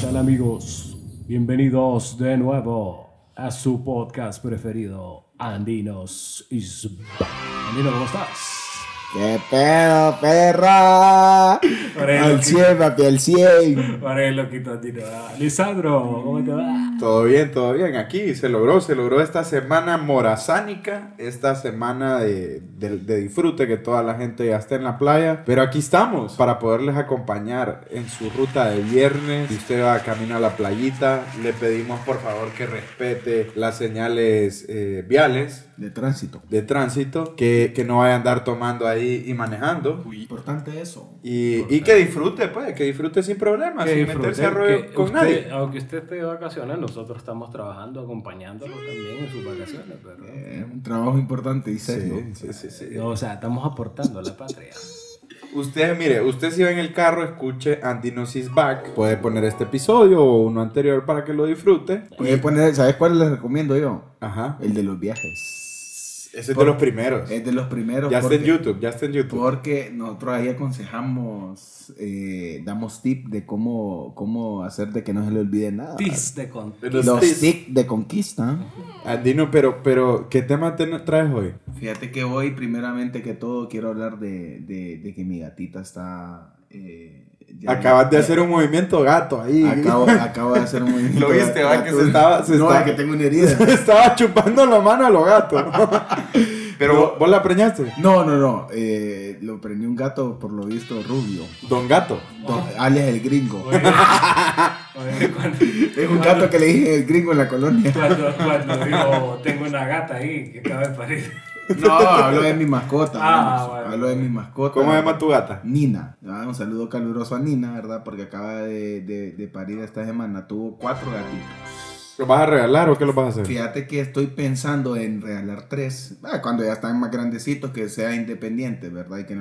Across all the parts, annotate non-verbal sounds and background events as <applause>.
tal amigos? Bienvenidos de nuevo a su podcast preferido, Andinos is back. Andino, ¿cómo estás? ¡Qué pedo, perra! Moreno, Al ¿qué- 100, papi, al 100. Para el loquito Andino. Ah, Lisandro, ¿cómo te va? Todo bien, todo bien. Aquí se logró, se logró esta semana morazánica, esta semana de, de- de disfrute que toda la gente ya está en la playa. Pero aquí estamos para poderles acompañar en su ruta de viernes. Si usted va camino a la playita, le pedimos por favor que respete las señales eh, viales De tránsito. de tránsito, que, que no vaya a andar tomando ahí y manejando. Importante eso. Y, y que disfrute, pues, que disfrute sin problemas, Que sin disfruten, meterse a rollo eh, que con usted- nadie. Aunque usted esté de vacaciones, nosotros estamos trabajando, acompañándolo también en sus vacaciones, pero... Es eh, un trabajo importante y serio. Sí, sí, sí, sí. O sea, estamos aportando a la patria. Usted, mire, usted si va en el carro, escuche Andinosis Back. Puede poner este episodio o uno anterior para que lo disfrute. Puede poner- ¿Sabes cuál les recomiendo yo? Ajá. El de los viajes. Ese es de los primeros. Es de los primeros. Ya está porque, en YouTube, ya está en YouTube. porque nosotros ahí aconsejamos, eh, damos tips de cómo, cómo hacer de que no se le olvide nada. Tis de con... Los Los tips. tips de conquista. Andino, pero, pero, ¿qué tema te traes hoy? Fíjate que hoy, primeramente que todo, quiero hablar de, de- de que mi gatita está... eh, ya- Acabas de hacer un movimiento gato ahí. Acabo, acabo de hacer un <laughs> movimiento. Lo viste, va, Ya que tuve- se estaba- <laughs> se no, estaba- es que tengo una herida. Estaba chupando la mano a los <laughs> gatos. pero vos- vos la preñaste. No, no, no. eh, lo prendí un gato, por lo visto, rubio. Don Gato. Don- alias el gringo. Oye, oye, cuando- Es un gato que le dije el gringo en la colonia. Cuando, cuando digo, tengo una gata ahí que acaba de parir. No, hablo de mi mascota. Ah, vamos, bueno. Hablo de mi mascota. ¿Cómo se llama tu gata? Nina. Ah, Un saludo caluroso a Nina, ¿verdad? Porque acaba de, de- de parir esta semana. Tuvo cuatro gatitos. ¿Lo vas a regalar o qué lo vas a hacer? Fíjate que estoy pensando en regalar tres. Ah, cuando ya están más grandecitos, que sean independientes, ¿verdad? Y que no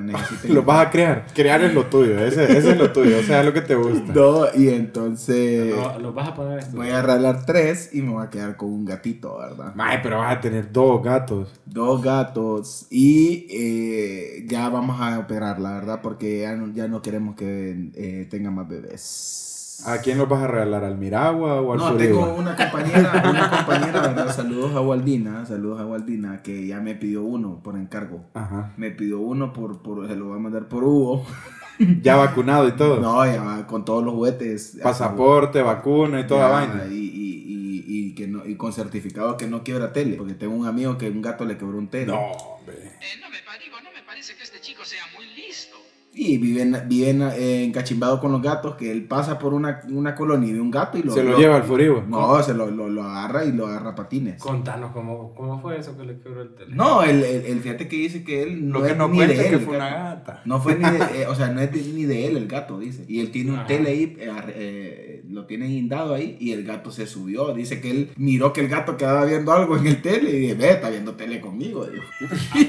<laughs> necesiten. Lo vas a crear. Crear es lo tuyo, ese, ese es lo tuyo, o sea, es lo que te gusta. <laughs> No, y entonces Lo- ¿Los vas a poner esto? voy a arreglar tres y me voy a quedar con un gatito, ¿verdad? Mae, pero vas a tener dos gatos. Dos gatos y eh, ya vamos a operarla, ¿verdad? Porque ya no, ya no queremos que eh, tenga más bebés. ¿A quién los vas a regalar? ¿Al Miragua o al No, Furiba? tengo una compañera, una compañera, ¿verdad? Saludos a Waldina, saludos a Waldina, que ya me pidió uno por encargo. Ajá. Me pidió uno por, por se lo voy a mandar por Hugo. Ya vacunado y todo. No, ya va con todos los juguetes. Pasaporte, vacuna y toda Ya, vaina. Y, y- y- y que no, y con certificado que no quiebra tele. Porque tengo un amigo que un gato le quebró un tele. No, hombre. Eh, no, me, pa- digo, no me parece que este chico sea muy listo. Y viven, viven eh, encachimbado con los gatos que él pasa por una, una colonia y ve un gato y lo Se lo lleva al Furibo. No, se lo, lo- lo agarra y lo agarra a patines. Contanos cómo, cómo fue eso que le quebró el teléfono. No, el, el, el- fíjate que dice que él no Lo que es no ni cuenta de es él, que el fue una gato. gata. No fue ni <laughs> de, eh, o sea, no es de- ni de él el gato, dice. Y él tiene un Ajá. tele ahí, eh, ar- eh, lo tiene guindado ahí, y el gato se subió. Dice que él miró que el gato quedaba viendo algo en el tele, y dice, ve, está viendo tele conmigo. dijo.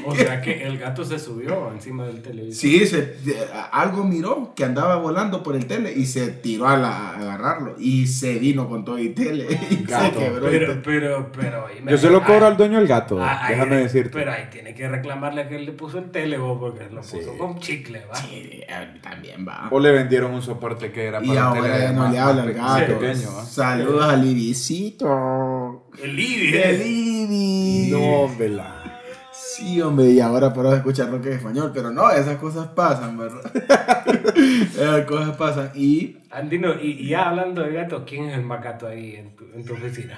O sea que el gato se subió encima del televisor. Sí, se- de- a- algo miró que andaba volando por el tele, y se tiró a, la- a agarrarlo, y se vino con todo el tele, <laughs> y Gato, se quebró. el Pero, tele. pero, pero. ahí me- Yo se lo cobro ah, al dueño del gato, ah, ahí- déjame decirte. Pero ahí tiene que reclamarle que él le puso el tele, vos, porque lo puso con chicle, ¿va? Sí, eh, también va. O le vendieron un soporte que era Y ahora ya no le habla al gato. pequeño, ¿eh? ¿va? Saludos al Ibisito. Oh. El Ibi. El eh. Ibi. No, hombre. la- Sí, hombre, y ahora para escuchar rock en español, pero no, esas cosas pasan, ¿verdad? <laughs> esas cosas pasan. Y Andino, y, y ya hablando de gatos, ¿quién es el más gato ahí en tu, en tu oficina?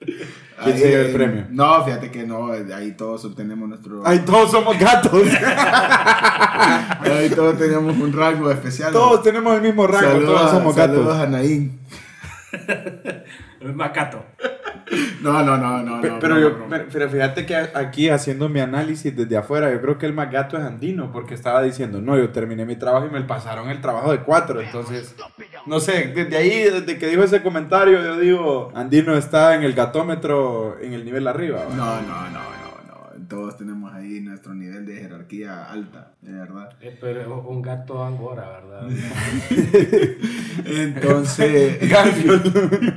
¿Quién se lleva el premio? eh, No, fíjate que no, ahí todos obtenemos nuestro. Ay, todos somos <laughs> gatos. Ahí todos tenemos un rango especial. todos tenemos el mismo rango, Saludos todos a- somos Saludos gatos. a Naín. El más gato. No, no, no, no. Pe- no, Pero, no, yo, no. pero- pero fíjate que aquí haciendo mi análisis desde afuera, yo creo que el más gato es andino, porque estaba diciendo, no, yo terminé mi trabajo y me pasaron el trabajo de cuatro, entonces, no sé, desde ahí, desde que dijo ese comentario, yo digo, andino está en el gatómetro en el nivel arriba. <laughs> ¿va? No, no, no, no, no. Todos tenemos ahí nuestro nivel de jerarquía alta, de verdad. Eh, Pero es un gato angora, ¿verdad? Entonces. <laughs> Garfield.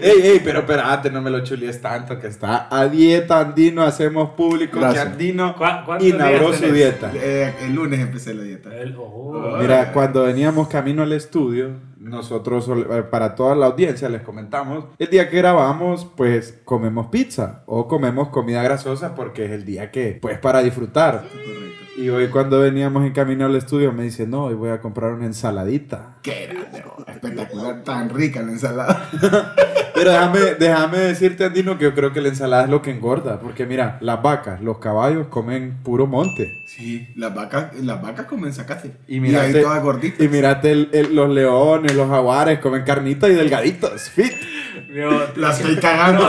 ey, ey, pero espérate, no me lo chulies tanto, que está a dieta andino, hacemos público Gracias. que andino ¿Cuá- cuántos inauguró días su tenés? dieta. Eh, el lunes empecé la dieta. El- oh. Mira, cuando veníamos camino al estudio, me nosotros, sol- para toda la audiencia, les comentamos, el día que grabamos, pues comemos pizza o comemos comida grasosa porque es el día que, pues para disfrutar. Correcto. Y hoy cuando veníamos en camino al estudio me dice, no, hoy voy a comprar una ensaladita. Qué grande, bro. espectacular, tan rica la ensalada. Pero déjame, déjame decirte, Andino, que yo creo que la ensalada es lo que engorda. Porque mira, las vacas, los caballos comen puro monte. Sí, las vacas, las vacas comen zacate. Y mira, ahí te- todas gorditas. Y mirate el- el- los leones, los jaguares, comen carnitas y delgaditos. Fit. Digo, La estoy cagando.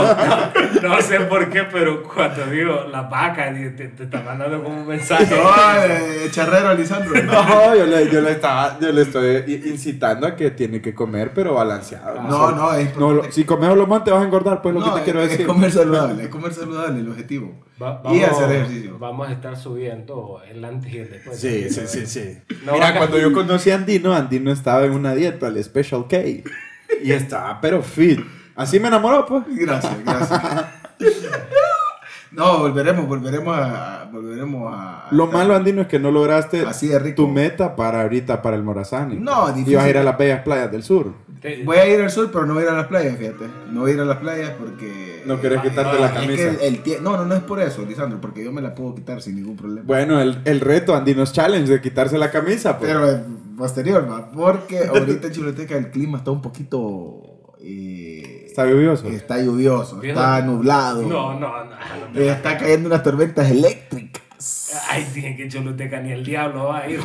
<laughs> no sé por qué, pero cuando digo la vaca, di- te, te está mandando como <laughs> un mensaje. No, eh, charrero, Lisandro. No, No, yo le, yo le estaba, yo le estoy i- incitando a que tiene que comer, pero balanceado. no, no, es, No, lo- si comes los montes vas a engordar, pues lo Ah, no, que te quiero es- decir. es comer saludable, es comer saludable el objetivo. Va- Y hacer ejercicio. Vamos a estar subiendo el pues. antes y el después. Pues, Sí, sí, sí, sí. No, Mira, vaca- cuando yo conocí a Andino, Andino estaba en una dieta, el Special K. Y estaba, pero fit. Así me enamoró, pues. Gracias, <laughs> gracias. No, volveremos, volveremos a. Volveremos a Lo malo, Andino, es que no lograste Así de rico. tu meta para ahorita, para el Morazani. No, difícil. Ibas a ir a las bellas playas del sur. Te- Voy a ir al sur, pero no voy a ir a las playas, fíjate. No voy a ir a las playas porque. No querés Eh, quitarte la es camisa. que el tie- No, no, no es por eso, Lisandro, porque yo me la puedo quitar sin ningún problema. Bueno, el, el reto, Andino's Challenge, de quitarse la camisa, pues. Pero eh, posterior, va, <laughs> porque ahorita en Chuleteca el clima está un poquito. eh, Está lluvioso. está lluvioso, Fíjate. está nublado. No, no, no. no me- eh, Está cayendo unas tormentas eléctricas. Ay, dije que Choluteca ni el diablo va <laughs> a ir.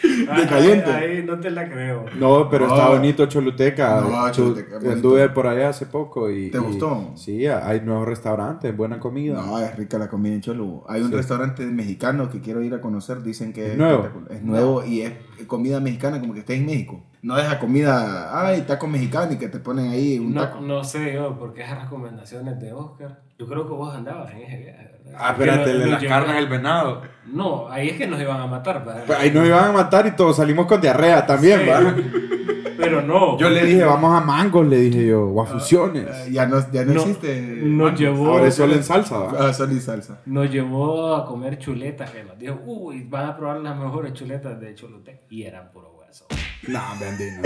De caliente. Ahí, ahí no te la creo. No, pero No. está bonito Choluteca. No, Chu- Choluteca, bonito. Anduve por allá hace poco y... ¿Te y- gustó? sí, hay nuevos restaurantes, buena comida. No, es rica la comida en Cholubo. Hay un Sí. restaurante mexicano que quiero ir a conocer, dicen que es, Nuevo. espectacular. Es nuevo y es comida mexicana como que está en México. No deja comida, ay, taco mexicano y que te ponen ahí un No, taco. no sé yo, porque esas recomendaciones de Oscar. Yo creo que vos andabas en ese viaje, ¿verdad? Ah, espérate, Que no- el de no las llegó- carnes del venado. No, ahí es que nos iban a matar, ¿verdad? Pues ahí nos iban a matar y todos salimos con diarrea también, Sí. ¿va? <laughs> Pero no. Yo le <laughs> dije, vamos a mangos, le dije yo, Ah, o a fusiones. Eh, Ya no, ya no, No, existe. nos llevó- Ahora es solo en salsa, ¿va? Ah, solo y salsa. Nos llevó a comer chuletas que nos dijo, uy, van a probar las mejores chuletas de Choluteca. Y eran puro hueso. No, hombre, Andino.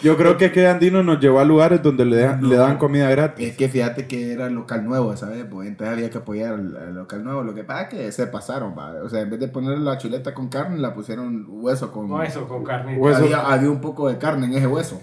Yo creo que es que Andino nos llevó a lugares donde le, dejan- le dan comida gratis. Es que fíjate que era local nuevo, ¿sabes? Pues entonces había que apoyar al, al local nuevo. Lo que pasa es que se pasaron, ¿va? O sea, en vez de poner la chuleta con carne, la pusieron hueso con. No eso, con carne. Hueso. Había, había un poco de carne en ese hueso.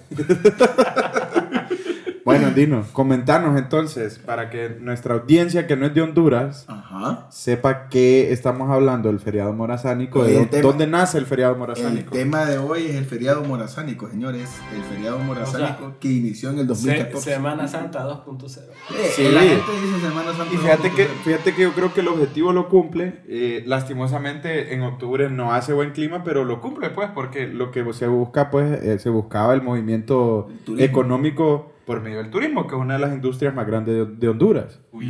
Bueno, Andino, comentanos entonces para que nuestra audiencia que no es de Honduras Ajá. sepa que estamos hablando del feriado morazánico, de El dónde- tema- dónde nace el feriado El morazánico. tema de hoy es el feriado morazánico, señores. El feriado morazánico que inició en el Se- 2014. Semana Santa 2.0. Eh, Sí. La gente dice Semana Santa. Y fíjate que, 2.0. fíjate que yo creo que el objetivo lo cumple. Eh, lastimosamente en octubre no hace buen clima, pero lo cumple pues, porque lo que se busca pues, eh, se buscaba el movimiento El turismo. económico por medio del turismo, que es una de las industrias más grandes de, de Honduras. Ujú.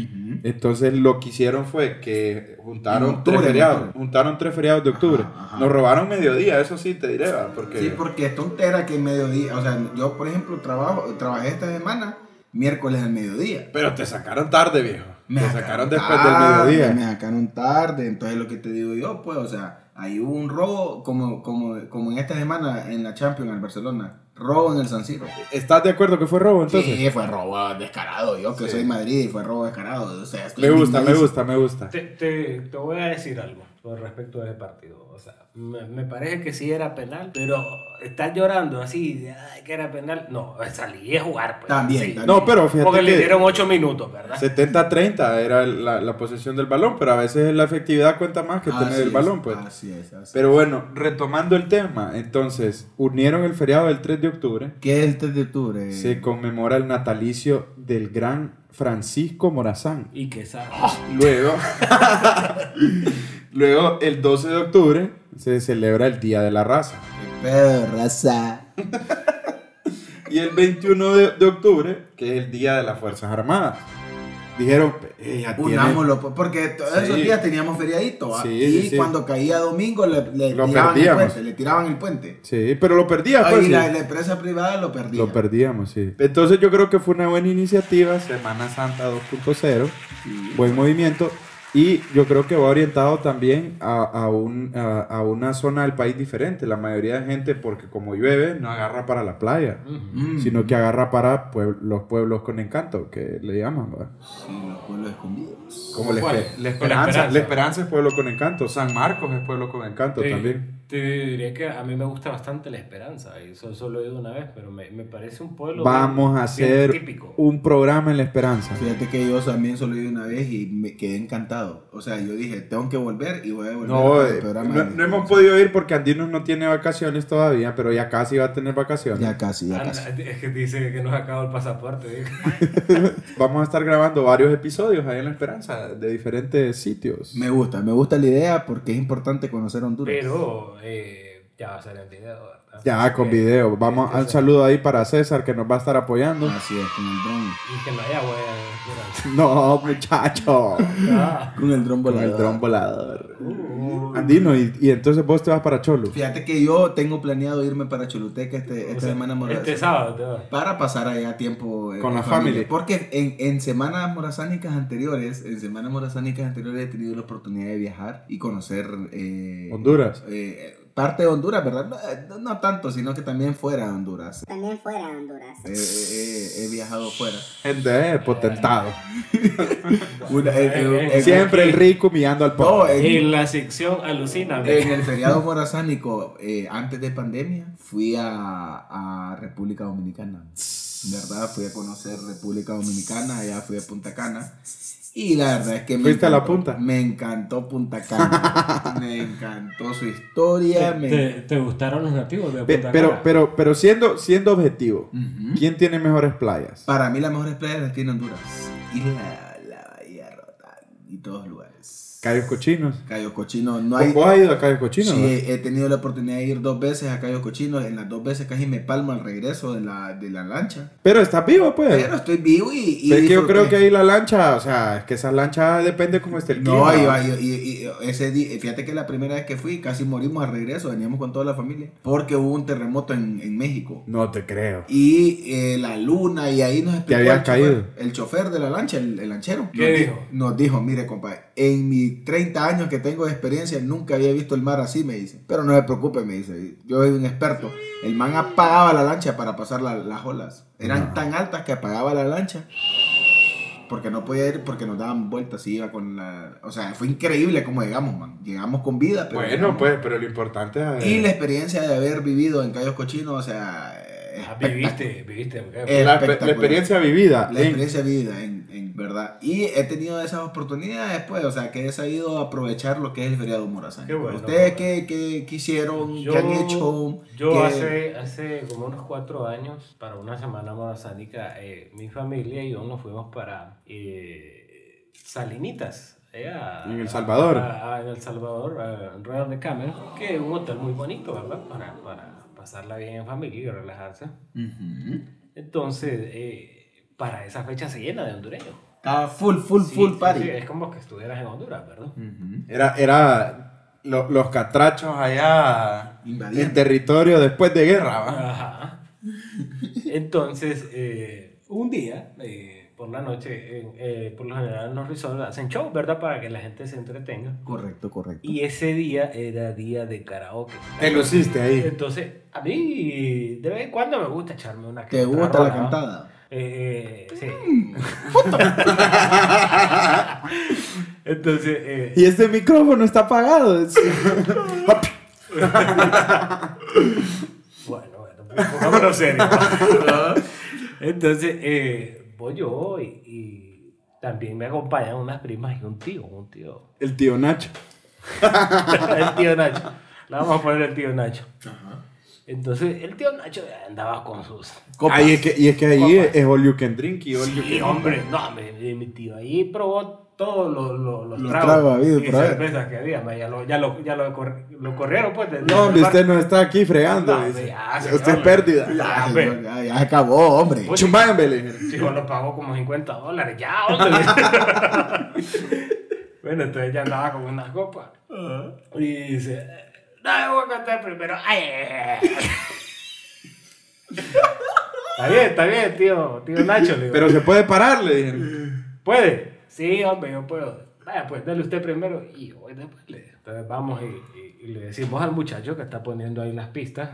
Entonces lo que hicieron fue que juntaron En octubre, tres en feriados, octubre. juntaron tres feriados de octubre. Ajá, ajá. Nos robaron mediodía, eso sí te diré, va, porque Sí, porque es tontera que mediodía. O sea, yo, por ejemplo, trabajo, trabajé esta semana miércoles al mediodía. pero te sacaron tarde, viejo. Me te sacaron sacaron después tarde, del mediodía. Me sacaron tarde, entonces lo que te digo yo, pues, o sea, ahí hubo un robo, como, como, como en esta semana en la Champions, en el Barcelona, robo en el San Siro. ¿Estás de acuerdo que fue robo entonces? Sí, fue robo descarado, yo que Sí. soy Madrid y fue robo descarado. O sea, estoy Me gusta, me indignadísimo. gusta, me gusta. Te, te, te voy a decir algo con respecto a ese partido. O sea, me, me parece que sí era penal, pero estás llorando así, de, "Ay, que era penal. No, salí a jugar. Pues, También, Sí. también. No, pero fíjate Porque le que dieron 8 minutos, ¿verdad? 70-30 era la, la posesión del balón, pero a veces la efectividad cuenta más que tener Ah, Así el es, balón, pues. Así es, así Pero bueno, retomando el tema, entonces, unieron el feriado del 3 de octubre, es. ¿Qué es el 3 de octubre? se conmemora el natalicio del gran Francisco Morazán. Y que sabe. Ah. Luego, <laughs> luego el 12 de octubre se celebra el Día de la Raza. Pero, raza. Y el 21 de, de octubre, que es el Día de las Fuerzas Armadas. Dijeron, "Eh, ya tienen- Unámoslo, pues, porque todos Sí. esos días teníamos feriadito. ¿va? Sí, y sí, sí. cuando caía domingo le, le Lo tiraban el perdíamos. puente. Le tiraban el puente. Sí, pero lo perdía, Ay, pues, sí. la, la empresa privada lo perdía. Lo perdíamos, sí. Entonces yo creo que fue una buena iniciativa, Semana Santa 2.0, Sí. buen movimiento. Y yo creo que va orientado también a, a un- a- a una zona del país diferente. La mayoría de gente, porque como llueve, no agarra para la playa, Mm. sino que agarra para pueb- los pueblos con encanto, que le llaman. ¿verdad? Sí, los pueblos escondidos. Como la, ¿Cuál? espe- la La esperanza. Esperanza. La esperanza es pueblo con encanto. San Marcos es pueblo con encanto Sí, también. Te diría que a mí me gusta bastante la esperanza. Y eso solo he ido una vez, pero me, me parece un pueblo. Vamos a bien- bien hacer Típico. un programa en la esperanza. Fíjate que yo también solo vi una vez y me quedé encantado. O sea, yo dije, tengo que volver y voy a volver. No, para el eh, programa no- de- no hemos podido ir porque Andinos no tiene vacaciones todavía, pero ya casi va a tener vacaciones. Ya casi, ya Anda, casi. <laughs> es que dice que nos acabó el pasaporte. digo. Vamos a estar grabando varios episodios ahí en La Esperanza, de diferentes sitios. Me gusta, me gusta la idea porque es importante conocer Honduras. Pero eh, ya va a ser en video. ¿verdad? Ya, con Eh, video. Vamos, este, un saludo ahí para César, que nos va a estar apoyando. Así es, con el dron. Y que no haya hueá. No, muchacho. Ah, Con el dron con volador. el dron volador. uh, Andino, y, y entonces vos te vas para Cholo. Fíjate que yo tengo planeado irme para Choluteca este, esta sea, semana morazánica. este sábado te vas. para pasar allá tiempo eh, Con la familia. Porque en, en semanas morazánicas anteriores, en semanas morazánicas anteriores he tenido la oportunidad de viajar y conocer eh, Honduras. eh, parte de Honduras, ¿verdad? No, eh, No, no tanto, sino que también fuera de Honduras. También fuera de Honduras. Eh, eh, eh, he viajado fuera. Gente, eh, potentado. Una- eh, eh, eh, Siempre el rico mirando al No, pobre. en- Y la sección alucina. En el feriado morazánico, eh, antes de pandemia, fui a, a República Dominicana. ¿Verdad? Fui a conocer República Dominicana, allá fui a Punta Cana. Y la verdad es que me ¿Fuiste a la encantó- punta? Me encantó <laughs> Punta Cana. me encantó su historia. Me... ¿Te, te gustaron los nativos de Pe- Punta Pero, Cana? pero, pero siendo, siendo objetivo, Ujú. Ah. ¿quién tiene mejores playas? Para mí las mejores playas las tiene Honduras. Y la, la Bahía Rotán y todos lugares. Cayos Cochinos. Cayo Cochino, no hay... ¿Vos has ido a Cayos Cochinos? Sí, no? he tenido la oportunidad de ir dos veces a Cayo Cochino. En las dos veces casi me palmo al regreso de la, de la lancha. Pero estás vivo, pues. Pero estoy vivo y. y Pero es que yo creo disfruté. que ahí la lancha, o sea, es que esa lancha depende cómo esté el No, clima. iba- y- y- y ese día, fíjate que la primera vez que fui casi morimos al regreso, veníamos con toda la familia, porque hubo un terremoto en, en México. No te creo. Y eh, la luna, y ahí nos explicó habías el, chofer, caído. el chofer de la lancha, el, el lanchero. ¿Qué nos, dijo? Nos dijo, mire compadre, en mis 30 años que tengo de experiencia nunca había visto el mar así, me dice. Pero no se preocupe, me dice, yo soy un experto. El man apagaba la lancha para pasar la- las olas. Eran No. tan altas que apagaba la lancha. Porque no podía ir, porque nos daban vueltas y iba con la... O sea, fue increíble cómo llegamos, man. Llegamos con vida, pero... Bueno, llegamos. pues, eh. pero lo importante es... Y la experiencia de haber vivido en Cayos Cochinos, o sea... es Ah, Viviste, viviste. porque- Eh, la, espectacular. la experiencia vivida. La en- experiencia de vida, en, en verdad. Y he tenido esas oportunidades, pues, o sea, que he sabido aprovechar lo que es el feriado Morazán. Qué bueno, bueno. ¿Ustedes qué, qué quisieron? Yo- ¿Qué han hecho? Yo ¿Qué- hace, hace como unos cuatro años, para una semana morazánica, eh, mi familia y yo nos fuimos para eh, Salinitas. eh, a- En El Salvador. a- a- en El Salvador, a Real de Cameron, que es un hotel muy bonito, ¿verdad? Para, para pasarla bien en familia y relajarse. Ujú. Entonces, eh, para esa fecha se llena de hondureños. Estaba full, full, Sí, full sí, party. sí, es como que estuvieras en Honduras, ¿verdad? Ujú. Era, era lo- los catrachos allá en Invadiendo. territorio después de guerra, Ah. ¿va? Ajá. Entonces, eh, un día, eh, por la noche, en- eh, por lo general en los resorts hacen show, ¿verdad? Para que la gente se entretenga. Correcto, correcto. Y ese día era día de karaoke. Te luciste ahí. Entonces, a mí de vez en cuando me gusta echarme una que ¿Te otra gusta la rola, ¿no? cantada? Mm. Eh, eh, sí. <laughs> Entonces, eh, Y este micrófono está apagado. <laughs> es- Bueno, bueno, pues, pongámonos serios. <laughs> Entonces, eh, voy yo y, y también me acompañan unas primas y un tío, un tío. <laughs> El tío Nacho. El tío Nacho. Le vamos a poner el tío Nacho. Entonces, el tío Nacho andaba con sus... Copas. Ahí es que, y es que ahí Copas. es, all you can drink y all you Sí, can hombre, no, mi, mi- mi tío ahí probó todos los, los, los Los tragos, tragos habidos y por haber. cervezas que había, ma, ya lo, ya lo, ya lo, cor- lo corrieron pues. de- Ah, No, hombre, del usted bar. no está aquí fregando. No, dice. ya, señor. usted es pérdida. Ya, Ah, hombre. señor, ya, ya acabó, hombre. Pues- Chumbámbele. Sí, yo lo pagó como 50 dólares. Ya, hombre. bueno, entonces ya andaba con unas copas. Y dice, no, yo voy a cantar primero. Ay, ay, ay, ay". está bien, está bien, tío, tío Nacho. le digo. Pero se puede parar, le dijeron. ¿Puede? Sí, hombre, yo puedo. Vaya, pues dale usted primero y yo voy después. le digo. Entonces vamos y, y- y le decimos al muchacho que está poniendo ahí las pistas.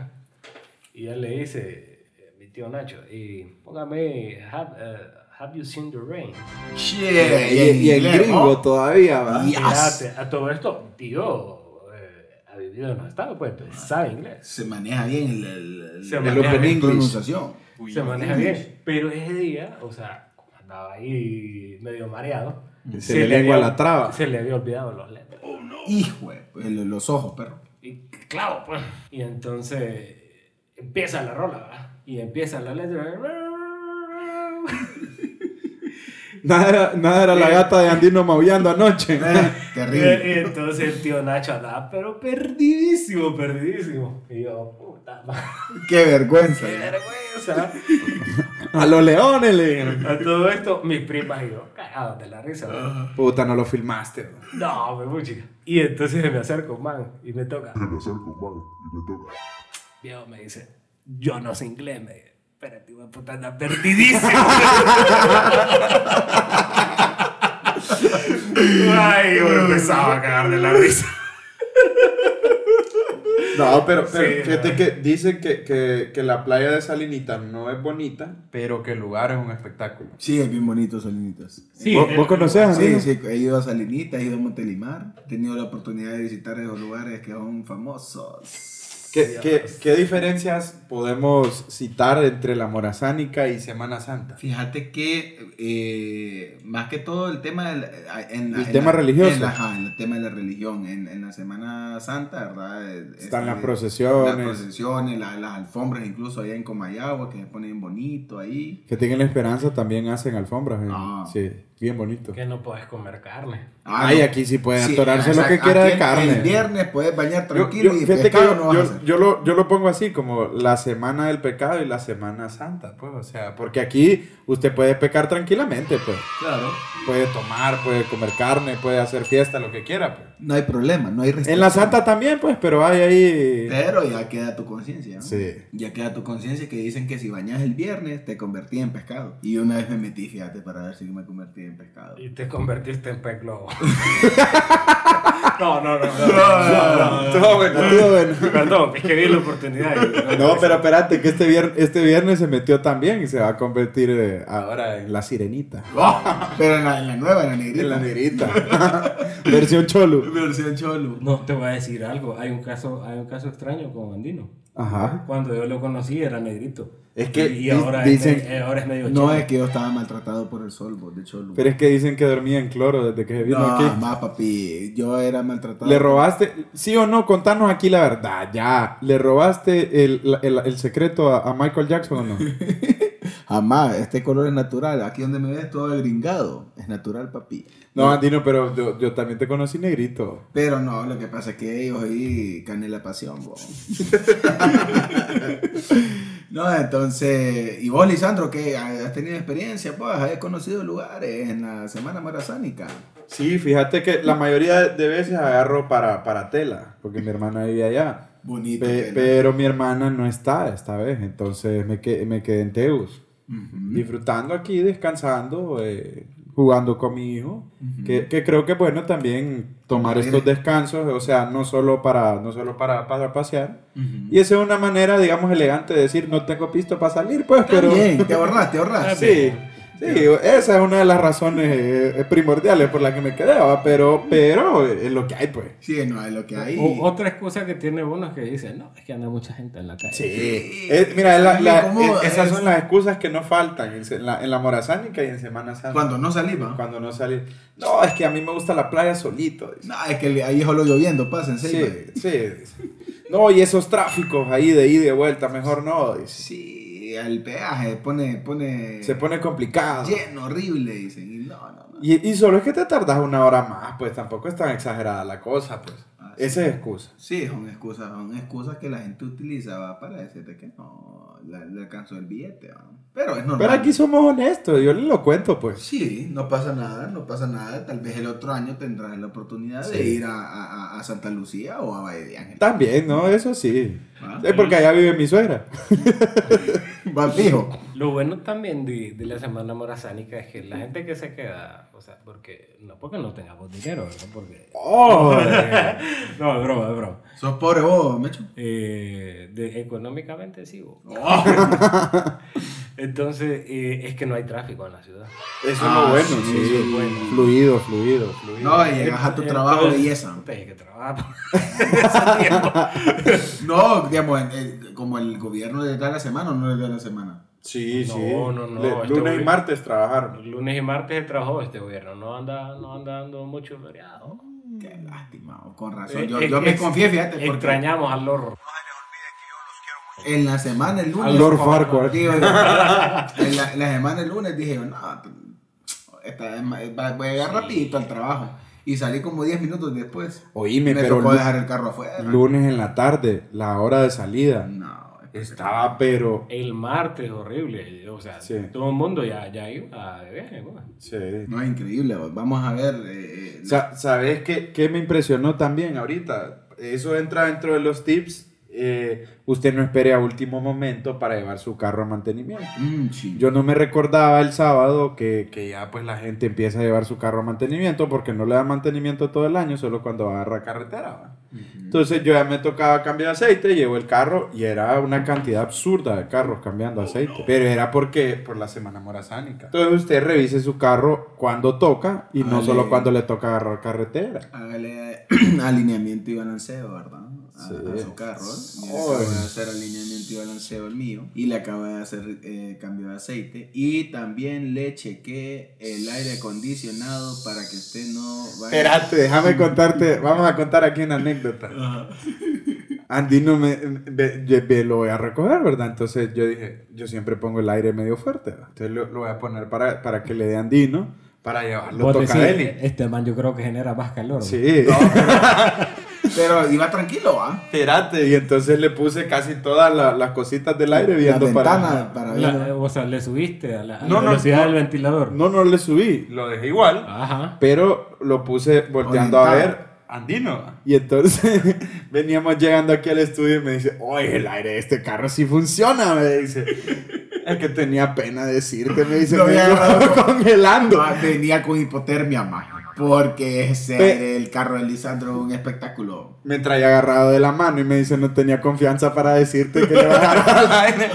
Y él le dice, eh, mi tío Nacho, y póngame, have, eh, have you seen the rain? Che, Y, y el gringo todavía, va. Ya. Yes. Fíjate, a todo esto, tío eh, ha vivido en los Estados, pues, pues, Ah. sabe inglés. Se maneja bien el, el, el- Se el maneja open bien. pronunciación. Se maneja bien. Pero ese día, o sea, como andaba ahí medio mareado. Se le lengua había- la traba. Se le había olvidado los lentes. Hijo, de- pues, los ojos, <laughs> perro. Y clavo, pues. Y entonces empieza la rola, ¿verdad? Y empieza la letra. Nada era, nada era la gata de Andino maullando anoche. Eh, Y <laughs> Terrible. entonces el tío Nacho andaba, pero perdidísimo, perdidísimo. Y yo, puta madre, Qué vergüenza. qué vergüenza. A los leones le dijeron. A todo esto, mis primas y yo, cagados de la risa. ¿verdad? Puta, no lo filmaste. bro. No, me fui, chica. Y entonces me acerco, man, y me toca. Me acerco, man, y me toca. Viejo me dice, yo no sé inglés, me dice. Espérate, hijo de puta, anda perdidísimo. Ay, yo me empezaba a cagar de la risa. No, pero, pero Sí, fíjate ¿verdad? que dicen que, que, que la playa de Salinita no es bonita, pero que el lugar es un espectáculo. Sí, es bien bonito, Salinitas. Sí, eh, ¿Vos, el- vos conocés a Sí, Andino? sí, he ido a Salinitas, he ido a Montelimar. He tenido la oportunidad de visitar esos lugares que son famosos. ¿Qué, qué, qué diferencias podemos citar entre la morazánica y Semana Santa? Fíjate que eh, más que todo el tema del en la- El en tema la- religioso. en la- ajá, en el tema de la religión, en, en la Semana Santa, ¿verdad? Es- Están las este, procesiones. Las procesiones, la- las alfombras, incluso allá en Comayagua, que se ponen bonito ahí. Que tienen la esperanza también hacen alfombras. ¿eh? Ah. Sí, bien bonito. Que no podés comer carne. Ay, aquí sí puede atorarse lo exacto, que quiera aquí de el- carne. El viernes puedes bañar Yo- tranquilo yo- y fíjate que pescado yo- no vas a yo- hacer. yo lo, yo lo pongo así, como la semana del pecado y la semana santa, pues, o sea, porque aquí usted puede pecar tranquilamente, pues. Claro. Puede tomar, puede comer carne, puede hacer fiesta, lo que quiera, pues. No hay problema, no hay En la restricción. santa también, pues, pero hay ahí... Pero ya queda tu conciencia. ¿no? Sí. Ya queda tu conciencia que dicen que si bañas el viernes te convertí en pescado. Y yo una vez me metí, fíjate, para ver si me convertí en pescado. Y te convertiste en pez globo. <laughs> no, no, no. no, no, no, no. Todo bueno, todo bueno. Perdón, es que vi la oportunidad. y- No, pero espérate, que este viernes, este viernes se metió también y se va a convertir eh, ahora en la sirenita. Pero en la, en la nueva, en la negrita. En la negrita. Versión cholo. Versión cholo. No, te voy a decir algo. Hay un caso, hay un caso extraño con Andino. Ajá. Cuando yo lo conocí era negrito. Es que y di- ahora, dicen- es, me- eh, ahora es medio No chino. es que yo estaba maltratado por el sol, vos, de cholo. Pero es que dicen que dormía en cloro desde que se vino no, aquí. más papi, yo era maltratado. ¿Le robaste? ¿Sí o no? Contanos aquí la verdad, ya. ¿Le robaste el, la- el- el secreto a, a Michael Jackson <laughs> o no? Jamás, este color es natural. Aquí donde me ves todo gringado. Es natural, papi. No, Andino, pero yo, yo también te conocí negrito. Pero no, lo que pasa es que ellos ahí canela pasión, <laughs> vos. no, entonces, y vos, Lisandro, que has tenido experiencia, pues, has conocido lugares en la Semana Marazánica. Sí, fíjate que la mayoría de veces agarro para, para tela, porque mi hermana vive allá. Bonito. Pe- que- pero mi hermana no está esta vez, entonces me, que- me quedé en Teus. Mm. Disfrutando aquí, descansando, eh, jugando con mi hijo. que, que creo que bueno también tomar Aire. estos descansos, o sea, no solo para, no solo para, para pasear. Ujú. Y esa es una manera, digamos, elegante de decir, no tengo pisto para salir, pues, pero... <laughs> Bien, te ahorras, te ahorras. Ah, Sí, sí, esa es una de las razones eh, primordiales por las que me quedaba, pero, pero es lo que hay, pues. Sí, no, es lo que hay. O- otra excusa que tiene uno es que dice, no, es que anda mucha gente en la calle. Sí. Es- Eh, mira, es la- Ay, la- ¿cómo es- esas es? son las excusas que no faltan en, se- en la, en la morazánica y en Semana Santa. Cuando no salimos. Cuando no sale. No, es que a mí me gusta la playa solito. dice. No, es que ahí es solo lloviendo, pues, pasen, sí. Sí, sí. dice. No, y esos tráficos ahí de ida y de vuelta, mejor no. dice. Sí, al peaje, pone, pone Se pone complicado. lleno, horrible, dicen. Y no, no, no. Y, y solo es que te tardas una hora más, pues tampoco es tan exagerada la cosa, pues. Ah, sí. Esa es excusa. Sí, son excusas, son excusas que la gente utilizaba para decirte que no le, le alcanzó el billete. ¿va? Pero es normal. Pero aquí somos honestos, yo les lo cuento, pues. Sí, no pasa nada, no pasa nada. Tal vez el otro año tendrás la oportunidad de Sí. ir a, a- a- a Santa Lucía o a Valle de Ángel. También, ¿no? Eso sí. <laughs> ¿va? Es porque allá vive mi suegra. Va fijo. Lo bueno también de, de la Semana Morazánica es que la gente que se queda, o sea, porque no porque no tengamos dinero, ¿verdad? Porque ¡Oh! <laughs> No, es broma, es broma. ¿Sos pobre vos, Mecho? eh, de- económicamente sí. bo. Entonces, eh, es que no hay tráfico en la ciudad. Eso Ah, es lo bueno, sí, sí. eso es bueno. Fluido, fluido, fluido. No, y llegas a tu trabajo Entonces, belleza. puta, hay que <laughs> trabajar por ese tiempo. No, digamos, en- en- como el gobierno le da la semana o no le da la semana. Sí, No, sí. no, no, Le- este lunes y güey- martes trabajaron. Los lunes y martes se trabajó este gobierno, no anda, no anda dando mucho feriado. Qué lástima, o con razón. Eh, Yo, eh, yo me ex- confié, fíjate, porque Extrañamos al lorro. en la semana, el lunes. Al Lord como- Farquaad. digo, en la, en la semana, el lunes, dije yo, no, esta vez ma- va- voy a llegar rapidito al trabajo. Y salí como 10 minutos después. Oíme, me pero tocó lu- dejar el carro afuera. lunes en la tarde, la hora de salida. No, Estaba, pero. El martes horrible, o sea, Sí. todo el mundo ya, ya iba de viaje. bo. Sí. no es increíble. bo. Vamos a ver. eh, eh, Sa- ¿Sabes qué, qué me impresionó también ahorita? Eso entra dentro de los tips. eh, usted no espere a último momento para llevar su carro a mantenimiento. mm, sí. Yo no me recordaba el sábado que, que ya pues la gente empieza a llevar su carro a mantenimiento porque no le da mantenimiento todo el año, solo cuando agarra carretera. ¿va? Entonces yo ya me tocaba cambiar aceite, llevo el carro y era una cantidad absurda de carros cambiando aceite. Pero era porque por la semana morazánica. Entonces usted revise su carro cuando toca y no Ale. solo cuando le toca agarrar carretera. Hágale <clears throat> alineamiento y balanceo, ¿verdad? A, Sí. a su carro. Yo le Oy. acabo de hacer alineamiento y balanceo el mío. Y le acabo de hacer eh, cambio de aceite. Y también le chequé el aire acondicionado para que usted no vaya. Espérate, déjame contarte. Vamos a contar aquí una anécdota. Andino me, ve- yo- ve- lo voy a recoger, ¿verdad? Entonces yo dije, yo siempre pongo el aire medio fuerte. ¿verdad? Entonces lo, lo voy a poner para, para que le dé Andino, para llevarlo a Vos decís, Tocadeli. este man yo creo que genera más calor. Sí. Pero iba tranquilo, ¿ah? Espérate, y entonces le puse casi todas la- las cositas del aire La viendo para. ventana para, ver. La- o sea, le subiste a la, a No, la no, velocidad no. del ventilador. No, no le subí, lo dejé igual, Ah. Ajá. pero lo puse volteando a Orientado. ver Andino. Y entonces <laughs> veníamos llegando aquí al estudio y me dice, oye, el aire de este carro sí funciona, me dice. Es que tenía pena decirte, me dice, Lo me había iba <laughs> agarrado congelando. Ah, Venía con hipotermia, más. Porque ese Pe- el carro de Lisandro es un espectáculo. Me traía agarrado de la mano y me dice, no tenía confianza para decirte que le bajara al aire.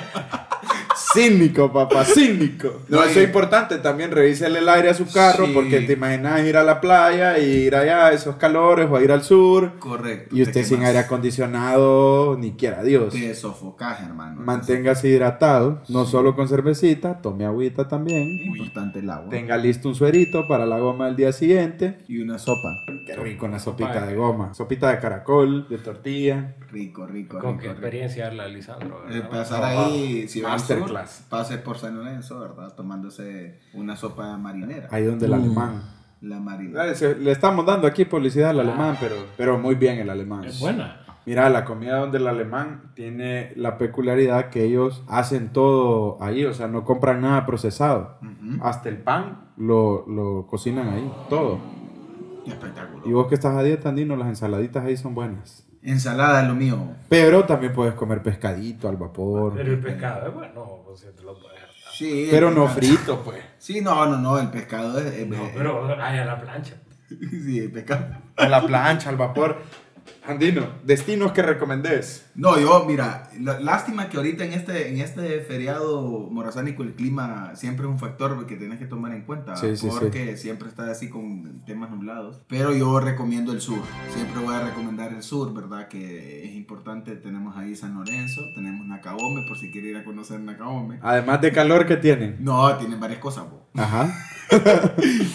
Cínico, papá, cínico. No, eso Oye. es importante también, revísele el aire a su carro Sí. porque te imaginas ir a la playa y ir allá a esos calores o a ir al sur Correcto. y usted sin aire acondicionado ni quiera Dios. Te sofocás, hermano. Manténgase hidratado, no solo con cervecita, tome agüita Es también. importante el agua. Tenga listo un suerito para la goma del día siguiente. Y una sopa. Qué rico una sopita de goma, sopita de caracol, de tortilla. Rico, rico, Con rico, qué rico. experiencia ah, habla Lisandro. Eh, ¿verdad? pasar ahí, si va al sur, Masterclass. pase por San Lorenzo, ¿verdad? Tomándose una sopa marinera. Ahí Mm. donde el alemán. La marinera. Eh, se- Le estamos dando aquí publicidad al alemán, pero, pero muy bien el alemán. Ah. Es buena. Mira, la comida donde el alemán tiene la peculiaridad que ellos hacen todo ahí, o sea, no compran nada procesado. Ujú. Ah. Hasta el pan lo, lo cocinan ahí, todo. Qué espectáculo. Y vos que estás a dieta, Andino, las ensaladitas ahí son buenas. Ensalada es lo mío. Pero también puedes comer pescadito al Pero vapor. el pescado es bueno, o sea, te lo puedes hartar. Sí, el Pero no pescado- frito, pues. Sí, no, no, no, el pescado es... es- No, pero hay a la plancha. <laughs> sí, el pescado. A la plancha, al vapor. Andino, destinos que recomendés. No, yo, mira, la- lástima que ahorita en este, en este feriado morazánico el clima siempre es un factor que tienes que tomar en cuenta, Sí, sí, sí. porque siempre está así con temas nublados. Pero yo recomiendo el sur, siempre voy a recomendar el sur, ¿verdad? Que es importante, tenemos ahí San Lorenzo, tenemos Nacaome, por si quiere ir a conocer Nacaome. Además de calor que tienen. No, tienen varias cosas, bo. Ajá,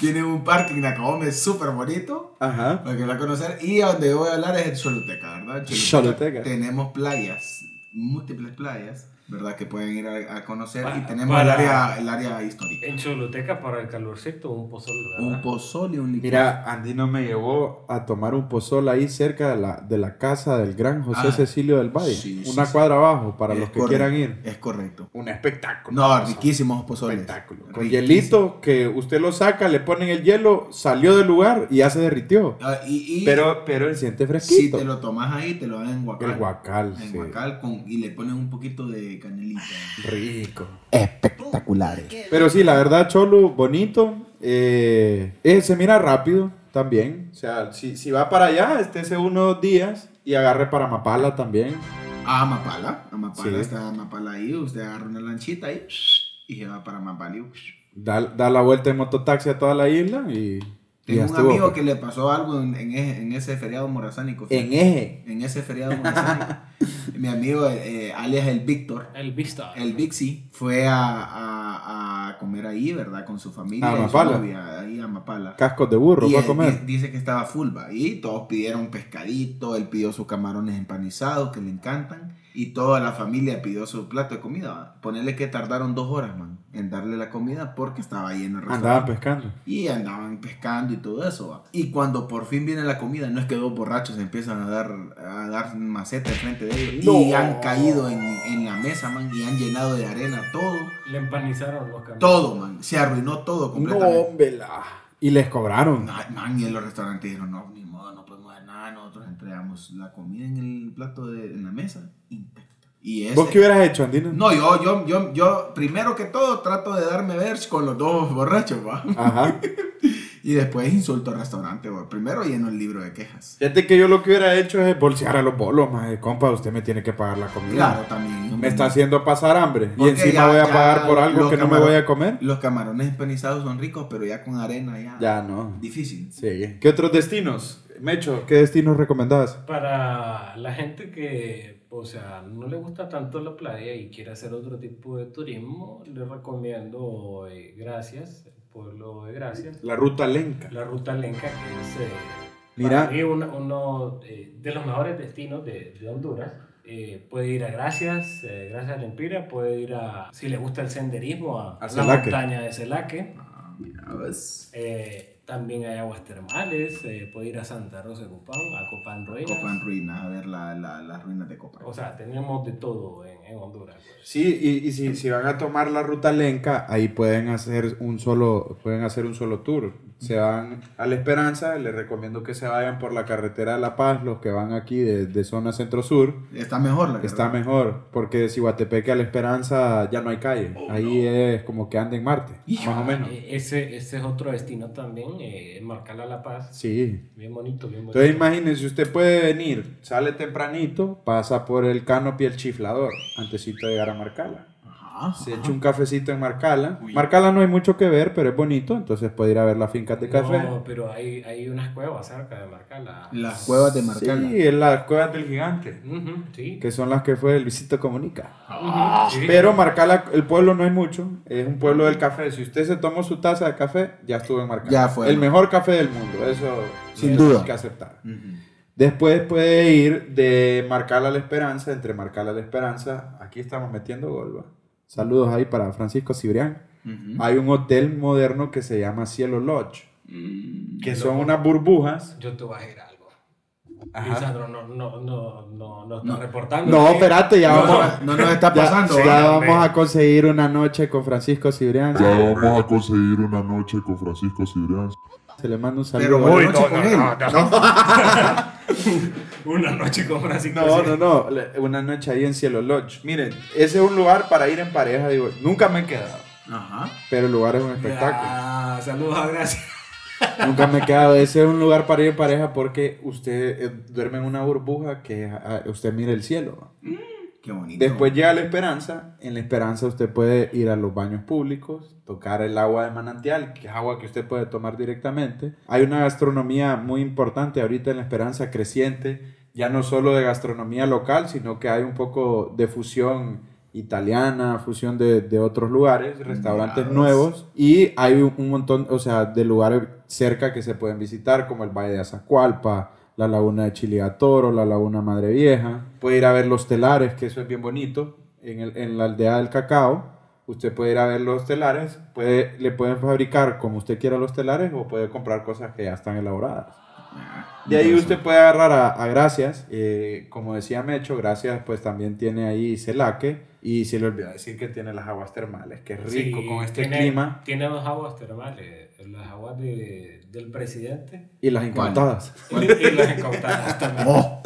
tienen un parque en Nacaome súper bonito, ajá. para que la conocer. Y a donde voy a hablar es en Choluteca, ¿verdad? En Choluteca. Tenemos playas, múltiples playas. ¿verdad? Que pueden ir a, a conocer. Pa- y tenemos para- el, área, el área histórica. En Choluteca para el calorcito, un pozol, ¿verdad? Un pozole, un licor. Mira, Andino me llevó a tomar un pozol ahí cerca de la, de la casa del gran José Ah, Cecilio del Valle. sí, sí, Una sí. cuadra abajo para Es los que correcto, quieran ir. Es correcto. Un espectáculo. No, riquísimos pozoles. espectáculo. Con Riquísimo. hielito que usted lo saca, le ponen el hielo, salió del lugar y ya se derritió. Ah, y, y Pero, pero él siente si fresquito. te lo tomas ahí, te lo dan en guacal. El guacal, En sí. guacal con, y le ponen un poquito de canelita. Rico. Espectaculares. Pero sí, la verdad, Cholo, bonito. Eh, eh, se mira rápido también. O sea, si, si va para allá, estése unos días y agarre para Mapala también. A Ah, Amapala. Amapala, Sí. está Amapala ahí. Usted agarra una lanchita ahí y se va para Amapala. y- Da, da la vuelta en mototaxi a toda la isla y. y ya Tengo un estuvo, amigo pues. que le pasó algo en, en ese, en ese feriado morazánico. En e? eje. En ese <laughs> feriado morazánico. Mi amigo, eh, alias el Víctor, El Vista. el Vixi, fue a, a- a comer ahí, ¿verdad? Con su familia. A y su Amapala. novia, ahí a Amapala. Cascos de burro, Y va a él comer. di- dice que estaba full, va. Y todos pidieron pescadito, él pidió sus camarones empanizados, que le encantan. Y toda la familia pidió su plato de comida. va. Ponerle que tardaron dos horas, man, en darle la comida porque estaba lleno el Andaban restaurante. pescando. Y andaban pescando y todo eso, va. Y cuando por fin viene la comida, no es que dos borrachos empiezan a dar, a dar maceta frente de ellos. Y No. han caído en, en la mesa, man, y han llenado de arena todo. Le empanizaron los caminos. Todo, man. Se arruinó todo No, completamente. vela. Y les cobraron. No, man, y en los restaurantes dijeron, no, ni modo, no podemos hacer nada, nosotros entregamos la comida en el plato de en la mesa intacta. Y ¿Vos qué ese, hubieras hecho, Andino? este- no, yo, yo, yo, yo, primero que todo trato de darme ver con los dos borrachos, va. <laughs> Ajá. Y después insulto al restaurante, va. Primero lleno el libro de quejas. Fíjate que yo lo que hubiera hecho es bolsear a los bolos, más compa, usted me tiene que pagar la comida. Claro, también. Me está haciendo pasar hambre. Y Porque encima ya- voy a ya pagar por algo los que no me camaro- voy a comer. Los camarones empanizados son ricos, pero ya con arena, ya. Ya no. Difícil. Sí. Ah. ¿Qué otros destinos? Mecho, ¿qué destinos recomendabas? Para la gente que, o sea, no le gusta tanto la playa y quiere hacer otro tipo de turismo, le recomiendo eh, Gracias, el pueblo de Gracias. La ruta lenca. La ruta lenca que es eh, Mira. para mí una- uno eh, de los mejores destinos de, de Honduras. Eh, puede ir a Gracias, eh, Gracias a la Empira, puede ir a, si le gusta el senderismo, a, A la Celaque. montaña de Celaque. Ya ves. Eh, también hay aguas termales, eh, puede ir a Santa Rosa de Copán, a Copán Ruinas. Copan ruinas, a ver la- la- las ruinas de Copan. O sea, tenemos de todo en, en Honduras. pues. Sí, y, y si, si van a tomar la ruta lenca, ahí pueden hacer un solo, pueden hacer un solo tour. Se van a La Esperanza, les recomiendo que se vayan por la carretera de La Paz, los que van aquí de, de zona centro-sur. está mejor la Está carrera. mejor, porque de Cihuatepeque a La Esperanza ya Oh, no hay calle. Ahí es como que anden Marte, más o menos. Eh, Ese, ese es otro destino también, eh, Marcala La Paz. Sí. Bien bonito, bien bonito. Entonces imagínense, usted puede venir, sale tempranito, pasa por el canopy el chiflador, antesito de llegar a Marcala. Ajá, Se ajá. echa un cafecito en Marcala. Uy. Marcala no hay mucho que ver, pero es bonito, entonces puede ir a ver las fincas de café. No, pero hay, hay unas cuevas cerca de Marcala. Las cuevas de Marcala. Sí, en las cuevas del gigante, Ujú, sí. que son las que fue Luisito Comunica. Ujú, sí. Pero Marcala, el pueblo no es mucho, es un pueblo del café. Si usted se tomó su taza de café, ya estuvo en Marcala. Ya fue. El mejor café del mundo, eso Sin eso duda. hay que aceptar. Ujú. Después puede ir de Marcala a la Esperanza, entre Marcala a la Esperanza, aquí estamos metiendo golba. Saludos ahí para Francisco Cibrián. Ujú. Hay un hotel moderno que se llama Cielo Lodge, Mm. que son unas burbujas. Yo te voy a decir algo. Ajá. Lisandro no, no, no, no, no está No. reportando. No, ¿sí? espérate, ya No, vamos, no, no nos está ya- pasando. ya ¿va? vamos a conseguir una noche con Francisco Cibrián. Ya vamos a conseguir una noche con Francisco Cibrián. Se le manda un Pero saludo. buena Uy, noche no, con no, él. no, Una noche con Francisco. No, sí. no, no. le- Una noche ahí en Cielo Lodge. Miren, ese es un lugar para ir en pareja. Digo, nunca me he quedado. Ajá. Pero el lugar es un espectáculo. Ah, saludos a gracias. Nunca me he quedado. Ese es un lugar para ir en pareja porque usted eh, duerme en una burbuja que ah, usted mira el cielo. ¿no? Qué bonito. Después llega la esperanza. En la esperanza usted puede ir a los baños públicos, tocar el agua de manantial, que es agua que usted puede tomar directamente. Hay una gastronomía muy importante ahorita en la esperanza creciente, ya no solo de gastronomía local, sino que hay un poco de fusión italiana, fusión de, de otros lugares, restaurantes Miradas. nuevos y hay un, un montón, o sea, de lugares cerca que se pueden visitar como el Valle de Azacualpa, la Laguna de Chiligatoro, la Laguna Madre Vieja. Puede ir a ver los telares, que eso es bien bonito. en, el- en la aldea del cacao. Usted puede ir a ver los telares, puede, le pueden fabricar como usted quiera los telares o puede comprar cosas que ya están elaboradas. De ahí usted puede agarrar a, a Gracias, eh, como decía Mecho, Gracias pues también tiene ahí celaque y se le olvidó decir que tiene las aguas termales, que es rico Sí, con este tiene- clima Tiene dos aguas termales, las aguas de- del presidente y las encantadas. y las incautadas también. Oh,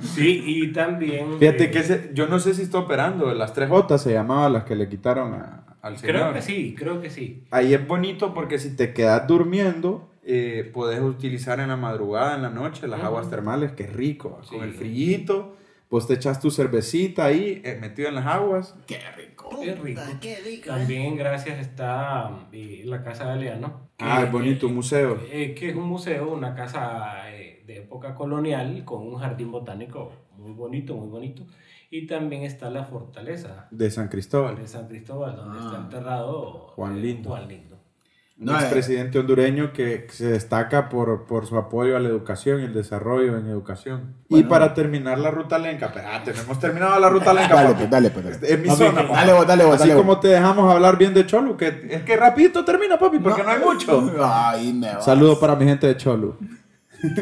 Sí, y también... Fíjate eh, que ese- yo no sé si está operando, las tres Jotas se llamaban las que le quitaron a- al señor. Creo que sí, creo que sí. Ahí es bonito porque si te quedas durmiendo, eh, puedes utilizar en la madrugada, en la noche, las aguas termales, que es rico, Sí. con el frillito. Pues te echas tu cervecita ahí, eh, metido en las aguas. qué rico. Es Ah, rico. También gracias está eh, la Casa de Aleano. Ah, que- es bonito, un museo. eh, que es un museo, una casa eh, de época colonial con un jardín botánico muy bonito, muy bonito. Y también está la fortaleza De San Cristóbal. de San Cristóbal, donde Ah. está enterrado Juan eh, Lindo. Juan Lindo. Un No, eh. expresidente hondureño que se destaca por, por su apoyo a la educación y el desarrollo en educación. y Bueno. para terminar la ruta lenca, espérate, no hemos terminado la ruta lenca. <laughs> Dale, papi. pues, dale, pues, dale. Este, Es mi Papi, zona. que- papá. Dale vos, dale vos, Así dale pues. vos. como te dejamos hablar bien de Cholu, que es que rapidito termina, papi, porque no, hay <laughs> mucho. Ay, me va. Saludos para mi gente de Cholu. <laughs>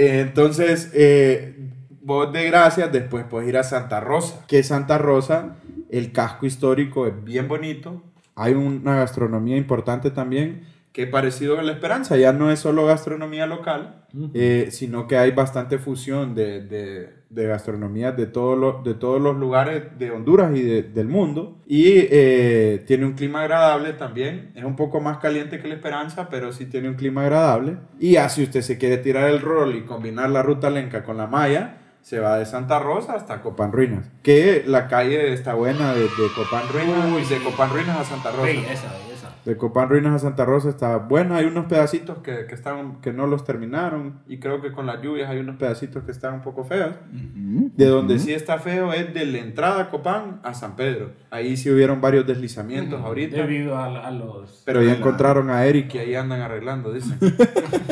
Eh, Entonces, eh, vos de gracias, después puedes ir a Santa Rosa. Que Santa Rosa, el casco histórico es bien bonito. Hay una gastronomía importante también, que es parecido a La Esperanza. Ya no es solo gastronomía local, eh, sino que hay bastante fusión de, de, de gastronomía de, todo lo- de todos los lugares de Honduras y de- del mundo. Y eh, tiene un clima agradable también. Es un poco más caliente que La Esperanza, pero sí tiene un clima agradable. Y así si usted se quiere tirar el rol y combinar la ruta lenca con la maya, se va de Santa Rosa hasta Copán Ruinas. Que la calle está buena de, de Copán Ruinas. de Copán Ruinas a Santa Rosa. Belleza, belleza. De Copán Ruinas a Santa Rosa está buena. Hay unos pedacitos que, que, están, que no los terminaron. Y creo que con las lluvias hay unos pedacitos que están un poco feos. Ujú. De donde sí está feo es de la entrada a Copán a San Pedro. Ahí sí hubieron varios deslizamientos ahorita. Debido a, a los... Pero ya Ala. encontraron a Eric y ahí andan arreglando, dicen. <laughs>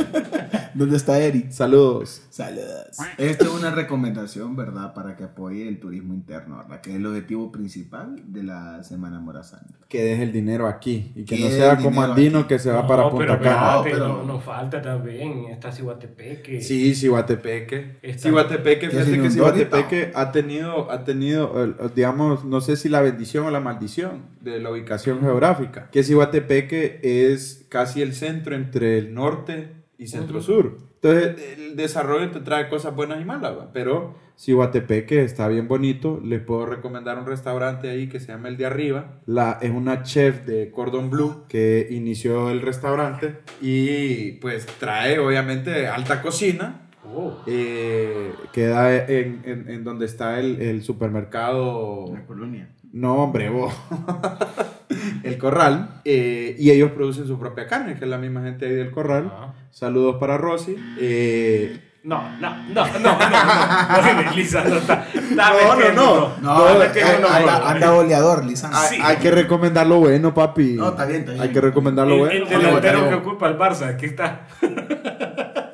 ¿Dónde está Eric? Saludos. Saludos. Esto es una recomendación, ¿verdad? Para que apoye el turismo interno, ¿verdad? Que es el objetivo principal de la Semana Morazán. Que deje el dinero aquí. Y que Que no deje sea el como dinero Andino aquí. que se va para No, Punta pero Cana. espérate, pero- no- nos falta también, está Cihuatepeque. Sí, Cihuatepeque. Está- Cihuatepeque, Que fíjate se que inundó ahorita. Cihuatepeque ha tenido, ha tenido, eh, digamos, no sé si la bendición o la maldición de la ubicación geográfica. Que Cihuatepeque es casi el centro entre el norte y centro-sur. Entonces, el desarrollo te trae cosas buenas y malas, ¿va? pero Cihuatepeque está bien bonito. Les puedo recomendar un restaurante ahí que se llama El de Arriba. La, es una chef de Cordon Blue que inició el restaurante y pues trae obviamente alta cocina. Oh, Eh, queda en, en- en donde está el, el supermercado. colonia. No, hombre, vos. <laughs> el corral. Eh, y ellos producen su propia carne, que es la misma gente ahí del corral. ah. Saludos para Rosy. Eh, No, no, no, no, no, no, Oye, Lisa, no está, está No, no, metiendo, no. No, Está eh, metiendo, no, anda, no. Ah, anda boleador, Lizano. hay, Sí. hay que recomendar lo bueno, papi. No, está bien, está bien. Hay que recomendar El, lo el bueno. delantero Oye, que ocupa el Barça, aquí está.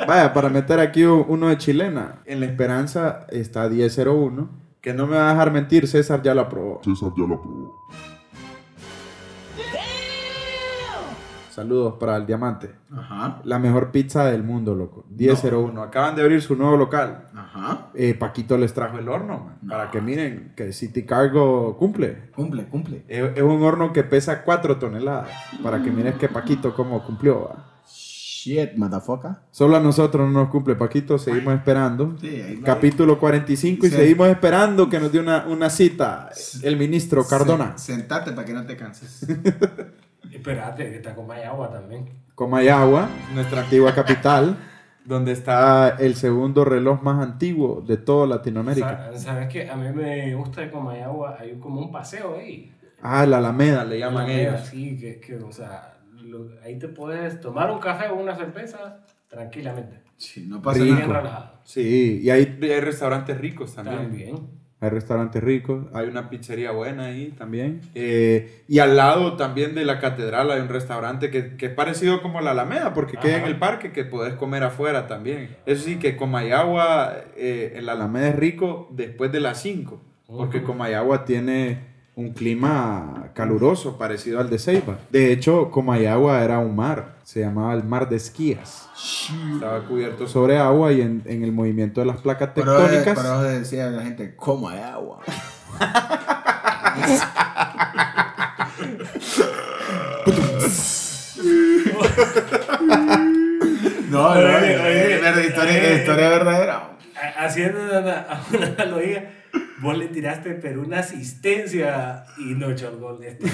Vaya, para meter aquí u- uno de chilena. En la esperanza está 10-01. Que no me va a dejar mentir, César ya la probó. César ya lo probó. Saludos para el diamante. Ajá, La mejor pizza del mundo, loco. 1001. Acaban de abrir su nuevo local. ajá. Eh, Paquito les trajo el horno, man, para que miren que City Cargo cumple. Cumple, cumple. Es, es un horno que pesa 4 toneladas, para que mires que Paquito cómo cumplió. va. Shit, motherfucker. Solo a nosotros no nos cumple, Paquito, seguimos esperando. Sí, ahí va. Capítulo 45 y Sí. seguimos esperando que nos dé una, una cita el ministro Cardona. Se- sentate para que no te <laughs> canses. Espérate, que está con agua también. Comayagua, nuestra antigua <laughs> capital, donde está el segundo reloj más antiguo de toda Latinoamérica. Sa- ¿Sabes qué? A mí me gusta que con agua hay como un paseo ahí. Ah, la Alameda le llaman Alameda, ellos. Sí, que, que, o sea, lo- ahí te puedes tomar un café o una cerveza tranquilamente. Sí, no pasa Rico. Bien nada. relajado. Sí, y hay, y hay restaurantes ricos también. También. Hay restaurantes ricos, hay una pizzería buena ahí también. Eh, y al lado también de la catedral hay un restaurante que, que es parecido como la Alameda, porque queda en Ajá. el parque que podés comer afuera también. Eso sí, que Comayagua, eh, en la Alameda es rico después de las 5. Porque Comayagua tiene un clima caluroso parecido al de Ceiba. De hecho, Comayagua era un mar, se llamaba el Mar de Esquías. Estaba cubierto sobre agua y en, en el movimiento de las placas Pero, eh, tectónicas. pero decía la gente, ¿cómo hay agua? no, no, Oye, es oye, verdad, historia, oye. historia verdadera. A- Haciendo una, una <laughs> analogía, vos le tiraste, pero una asistencia y no echó el gol. Este.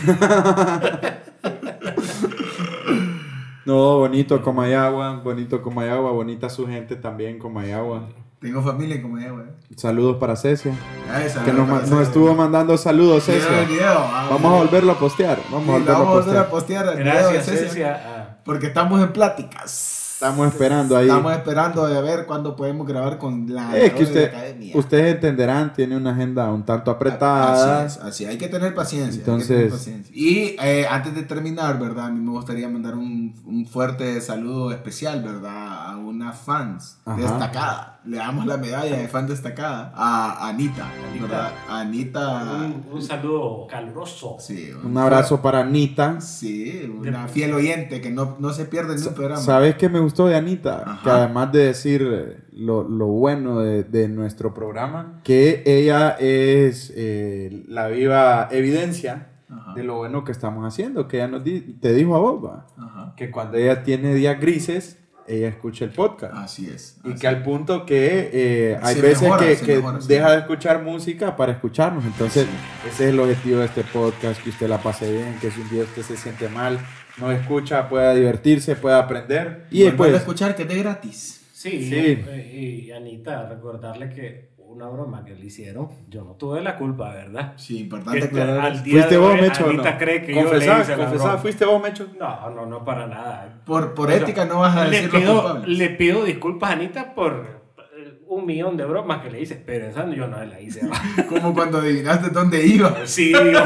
No, bonito Comayagua, bonito Comayagua, bonita su gente también Comayagua. Tengo familia en Comayagua. güey. Saludos para Cecia, Ah, esa, que nos, ma- esa, nos estuvo mandando saludos Video, Cecia. video, ah, Vamos a volverlo a postear, vamos a Sí, volverlo la a vamos a volver a postear. postear. el video de Gracias, Cecia, Cecia. Ah, Porque estamos en pláticas. Estamos esperando ahí. Estamos esperando de ver cuándo podemos grabar con la Es que ganadora de la usted, academia. ustedes entenderán, tiene una agenda un tanto apretada. Así es, así hay que tener paciencia. hay que Entonces- tener paciencia. Y eh, antes de terminar, ¿verdad? A mí me gustaría mandar un, un fuerte saludo especial, ¿verdad? A una fans Ajá. destacada. Le damos la medalla de fan destacada a Anita, ¿verdad? Anita. un, un saludo caluroso. Ah. Sí, Un abrazo para Anita. Sí, una fiel oyente que no, no se pierde en un programa. ¿Sabes qué me gustó de Anita? Ajá. Que además de decir eh, lo, lo bueno de, de nuestro programa, que ella es eh, la viva evidencia Ajá, de lo bueno que estamos haciendo, que ella nos di- te dijo a vos, va, ajá. que cuando ella tiene días grises, ella escucha el podcast. Así es. Y Ah, así que al punto que eh, hay Se veces mejora, que, se que mejora, se deja mejora. de escuchar música para escucharnos. Entonces, ese es el objetivo de este podcast, que usted la pase bien, que si un día usted se siente mal, no escucha, pueda divertirse, pueda aprender. Y pues- Volverlo a después, escuchar que es de gratis. Sí, Sí. eh, Y, Anita, recordarle que una broma que le hicieron, yo no tuve la culpa, ¿verdad? Sí, importante Este, aclarar. al día ¿fuiste de vos, hoy, Mecho? o Anita no? cree que yo le confesá, hice la confesá, broma. ¿fuiste vos, <laughs> Mecho? No, no, no, para nada. Por, por O sea, ética no vas a le decir los pido, culpables. le pido disculpas a Anita por eh, un millón de bromas que le hice, pero esa yo no la hice. <laughs> ¿va? Como cuando adivinaste <laughs> dónde iba. sí, hombre.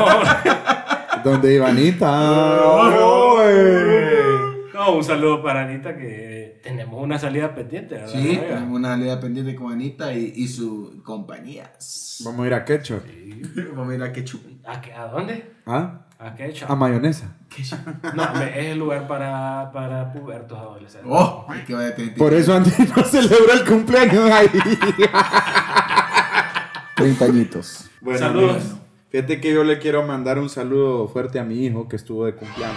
Donde Ivanita. Ah, No, un saludo para Anita que tenemos una salida pendiente, ¿verdad? Sí, Oiga. tenemos una lea pendiente con Anita y, y su compañía. <laughs> Vamos a ir a ketchup. Vamos a ir a Quechu. ¿A, qué- a dónde? ¿Ah? ¿A qué hecho? A mayonesa. No, hombre, es el lugar para, para pubertos adolescentes. Oh, hay que vaya pendiente. Por eso Andy <laughs> no celebró el cumpleaños ahí. Treintañitos. Bueno, Saludos. amigos, fíjate que yo le quiero mandar un saludo fuerte a mi hijo que estuvo de cumpleaños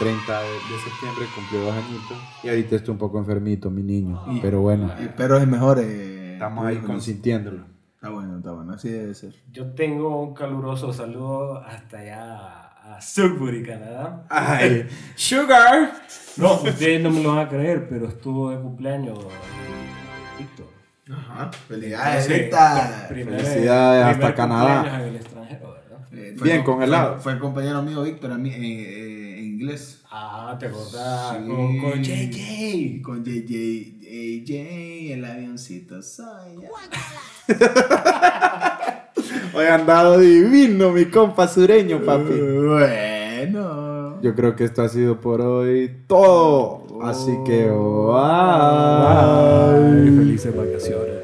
el 30 de, de septiembre, cumplió dos añitos y ahorita está un poco enfermito mi niño, Y- pero bueno, Espero es mejor. eh, estamos ahí público, ¿no? consintiéndolo. Está bueno, está bueno. Así debe ser. Yo tengo un caluroso saludo hasta allá a Sudbury, Canadá. Ay, sugar. No, ustedes no me lo van a creer, pero estuvo de cumpleaños eh, Víctor. Ajá. Felicidades, Sí, Rita. primer- Felicidades hasta primer Canadá. cumpleaños en el extranjero, ¿verdad? Eh, Bien co- congelado. Fue, fue compañero mío Víctor a mí, eh, eh, en inglés. Ah, te acordás, Sí. con, con JJ. Con JJ, JJ, el avioncito soy yo. Hoy han dado divino mi compa sureño, papi. Bueno. Yo creo que esto ha sido por hoy todo, así que bye. Ay, felices vacaciones.